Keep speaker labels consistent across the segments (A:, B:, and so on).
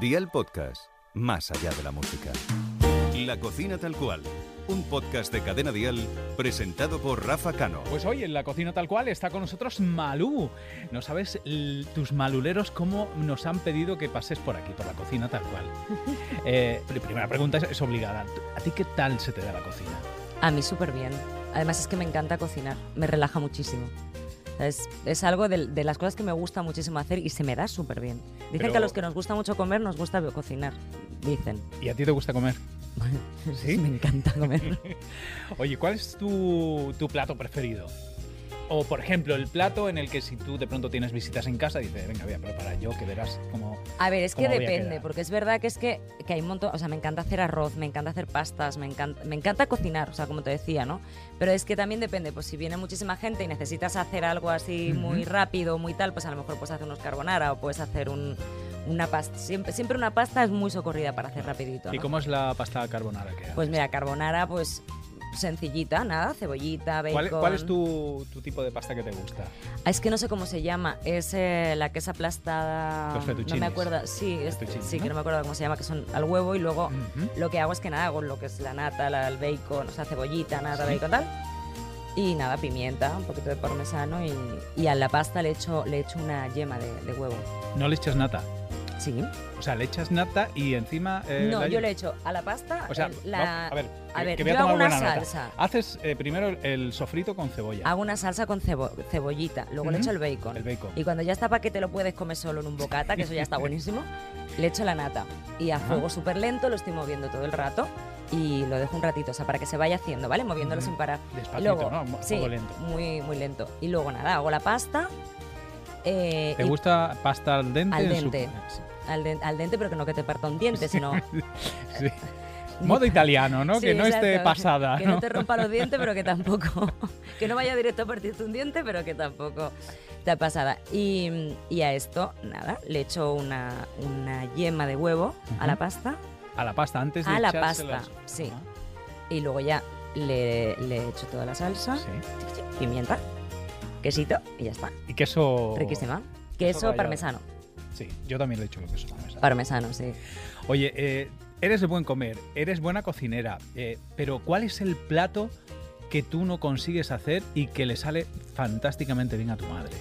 A: Día el podcast, más allá de la música. La cocina tal cual. Un podcast de Cadena Dial presentado por Rafa Cano.
B: Pues hoy en la cocina tal cual está con nosotros Malú. No sabes l- tus maluleros cómo nos han pedido que pases por aquí, por la cocina tal cual. Eh, pri- primera pregunta es, es obligada. ¿A ti qué tal se te da la cocina?
C: A mí súper bien. Además es que me encanta cocinar, me relaja muchísimo. Es, es algo del- de, las cosas que me gusta muchísimo hacer y se me da súper bien. Dicen
B: Pero-
C: que a los que nos gusta mucho comer nos gusta cocinar, dicen.
B: ¿Y a ti te gusta comer? ¿Sí?
C: me encanta comer.
B: Oye, ¿cuál es tu, tu plato preferido? O, por ejemplo, el plato en el que si tú de pronto tienes visitas en casa, dices, venga, voy a preparar yo, que verás cómo...
C: A ver, es que
B: ¿Cómo voy a
C: depende,
B: quedar?
C: porque es verdad que es que, que hay un montón, o sea, me encanta hacer arroz, me encanta hacer pastas, me encanta, me encanta cocinar, o sea, como te decía, ¿no? Pero es que también depende, pues si viene muchísima gente y necesitas hacer algo así
B: Ujú.
C: muy rápido, muy tal, pues a lo mejor puedes hacer unos carbonara o puedes hacer un- una pasta. Siempre, siempre una pasta es muy socorrida para hacer rapidito.
B: ¿Y
C: ¿no?
B: cómo es la pasta carbonara que haces?
C: Pues mira, carbonara, pues sencillita, nada, cebollita, bacon.
B: ¿Cuál, cuál es tu, tu tipo de pasta que te gusta?
C: Ah, Es que no sé cómo se llama, es eh, la que es
B: Los
C: aplastada. no me
B: fettuccines.
C: acuerdo, sí, es-
B: Fettuccines,
C: sí
B: ¿no?
C: que no me acuerdo cómo se llama, que son al huevo y luego
B: Ujú.
C: lo que hago es que nada, hago lo que es la nata, la, el bacon, o sea, cebollita, nata,
B: Sí.
C: bacon, tal. Y nada, pimienta, un poquito de parmesano y, y a la pasta le echo, le echo una yema de, de huevo.
B: No le echas nata.
C: Sí.
B: O sea, le echas nata y encima. eh,
C: no,
B: la-
C: yo le echo a la pasta
B: O sea,
C: el- la...
B: va- a ver,
C: a
B: que-
C: ver,
B: que voy a
C: yo
B: tomar
C: hago una
B: buena nota.
C: salsa.
B: Haces eh, primero el sofrito con cebolla,
C: Hago una salsa con cebo- cebollita, luego le
B: Ujú.
C: echo el bacon.
B: el bacon.
C: Y cuando ya está para que te lo puedes comer solo en un bocata, que eso ya está buenísimo, le echo la nata. Y a
B: Ajá.
C: fuego súper lento lo estoy moviendo todo el rato y lo dejo un ratito, o sea, para que se vaya haciendo, ¿vale? Moviéndolo
B: Ujú.
C: sin parar.
B: Despacito,
C: luego,
B: ¿no? Un
C: sí,
B: poco lento.
C: Muy, muy lento. Y luego nada, hago la pasta. eh,
B: ¿Te
C: y
B: gusta pasta al dente?
C: Al
B: en su-
C: dente. al, den- al dente, pero que no que te parta un diente, sino
B: Sí. Modo italiano, ¿no?
C: Sí,
B: que no esté
C: exacto.
B: pasada.
C: que no te rompa los dientes, pero que tampoco, que no vaya directo a partirte un diente, pero que tampoco está pasada. Y, y a esto, nada, le echo una, una yema de huevo a la
B: Ujú.
C: pasta
B: A la pasta, antes de
C: A la
B: echárselas.
C: pasta, sí.
B: Ajá,
C: y luego ya le, le echo toda la salsa,
B: Ah, sí.
C: pimienta, quesito y ya está.
B: Y queso.
C: Riquísima.
B: queso
C: Queso
B: rallado.
C: parmesano.
B: Sí, yo también le echo lo queso parmesano.
C: Parmesano, sí.
B: Oye, eh, eres de buen comer, eres buena cocinera, eh, pero ¿cuál es el plato que tú no consigues hacer y que le sale fantásticamente bien a tu madre?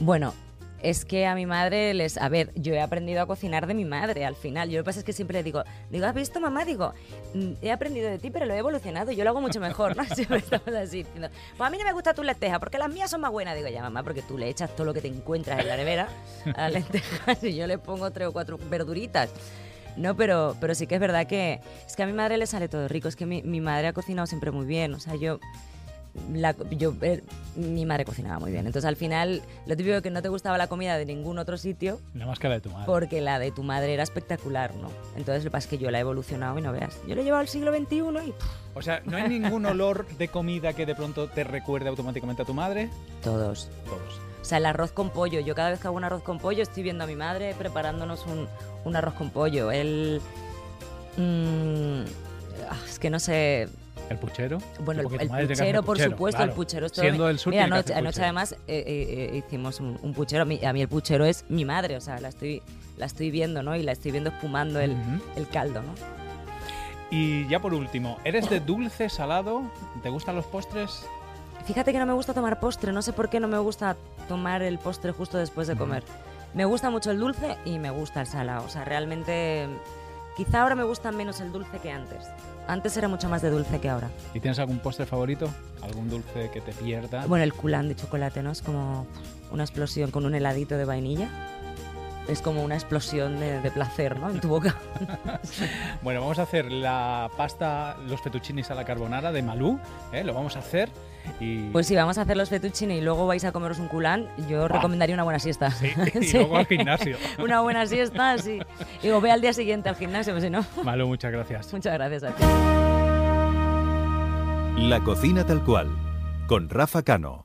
C: Bueno, es que a mi madre les... A ver, yo he aprendido a cocinar de mi madre al final. Yo lo que pasa es que siempre le digo, digo, ¿has visto mamá? Digo, "Mm, he aprendido de ti, pero lo he evolucionado, yo lo hago mucho mejor. ¿no? Siempre estamos así. diciendo, pues a mí no me gusta tu lenteja, porque las mías son más buenas. Digo, ya mamá, porque tú le echas todo lo que te encuentras en la nevera a las lentejas y yo le pongo tres o cuatro verduritas. No, pero, pero sí que es verdad que es que a mi madre le sale todo rico. Es que mi, mi madre ha cocinado siempre muy bien. O sea, yo la- yo, eh, mi madre cocinaba muy bien. Entonces, al final, lo típico que no te gustaba la comida de ningún otro sitio,
B: La máscara de tu madre.
C: porque la de tu madre era espectacular, ¿no? Entonces, lo que pasa es que yo la he evolucionado y no veas. Yo la he llevado al siglo XXI y pff,
B: O sea, ¿no hay ningún olor de comida que de pronto te recuerde automáticamente a tu madre?
C: todos.
B: Todos.
C: O sea, el arroz con pollo. Yo cada vez que hago un arroz con pollo estoy viendo a mi madre preparándonos un, un arroz con pollo. El... mm, ah, es que no sé...
B: ¿El puchero?
C: Bueno, el,
B: Porque tu
C: el
B: madre tiene que hacer
C: puchero, por supuesto, el
B: claro.
C: puchero es todo
B: Siendo
C: mi-
B: del sur,
C: Mira,
B: tiene que
C: anoche,
B: hacer
C: anoche
B: puchero.
C: además eh, eh, eh, hicimos un, un puchero. A mí, a mí el puchero es mi madre, o sea, la estoy, la estoy viendo, ¿no? Y la estoy viendo espumando el,
B: Ujú.
C: el caldo, ¿no?
B: Y ya por último, ¿eres de dulce, salado? ¿Te gustan los postres?
C: Fíjate que no me gusta tomar postre, no sé por qué no me gusta tomar el postre justo después de
B: Ujú.
C: comer. Me gusta mucho el dulce y me gusta el salado, o sea, realmente quizá ahora me gusta menos el dulce que antes. Antes era mucho más de dulce que ahora.
B: ¿Y tienes algún postre favorito? ¿Algún dulce que te pierda?
C: Bueno, el culán de chocolate, ¿no? Es como una explosión con un heladito de vainilla. Es como una explosión de, de placer, ¿no? En tu boca.
B: Bueno, vamos a hacer la pasta, los fettuccines a la carbonara de Malú, ¿eh? lo vamos a hacer y,
C: Pues si vamos a hacer los fettuccine y luego vais a comeros un culán, yo
B: Buah.
C: os recomendaría una buena siesta.
B: Sí, y
C: Sí.
B: luego al gimnasio.
C: Una buena siesta, sí. Y os ve al día siguiente al gimnasio, pues si no.
B: Malú, muchas gracias.
C: Muchas gracias a ti.
A: La cocina tal cual, con Rafa Cano.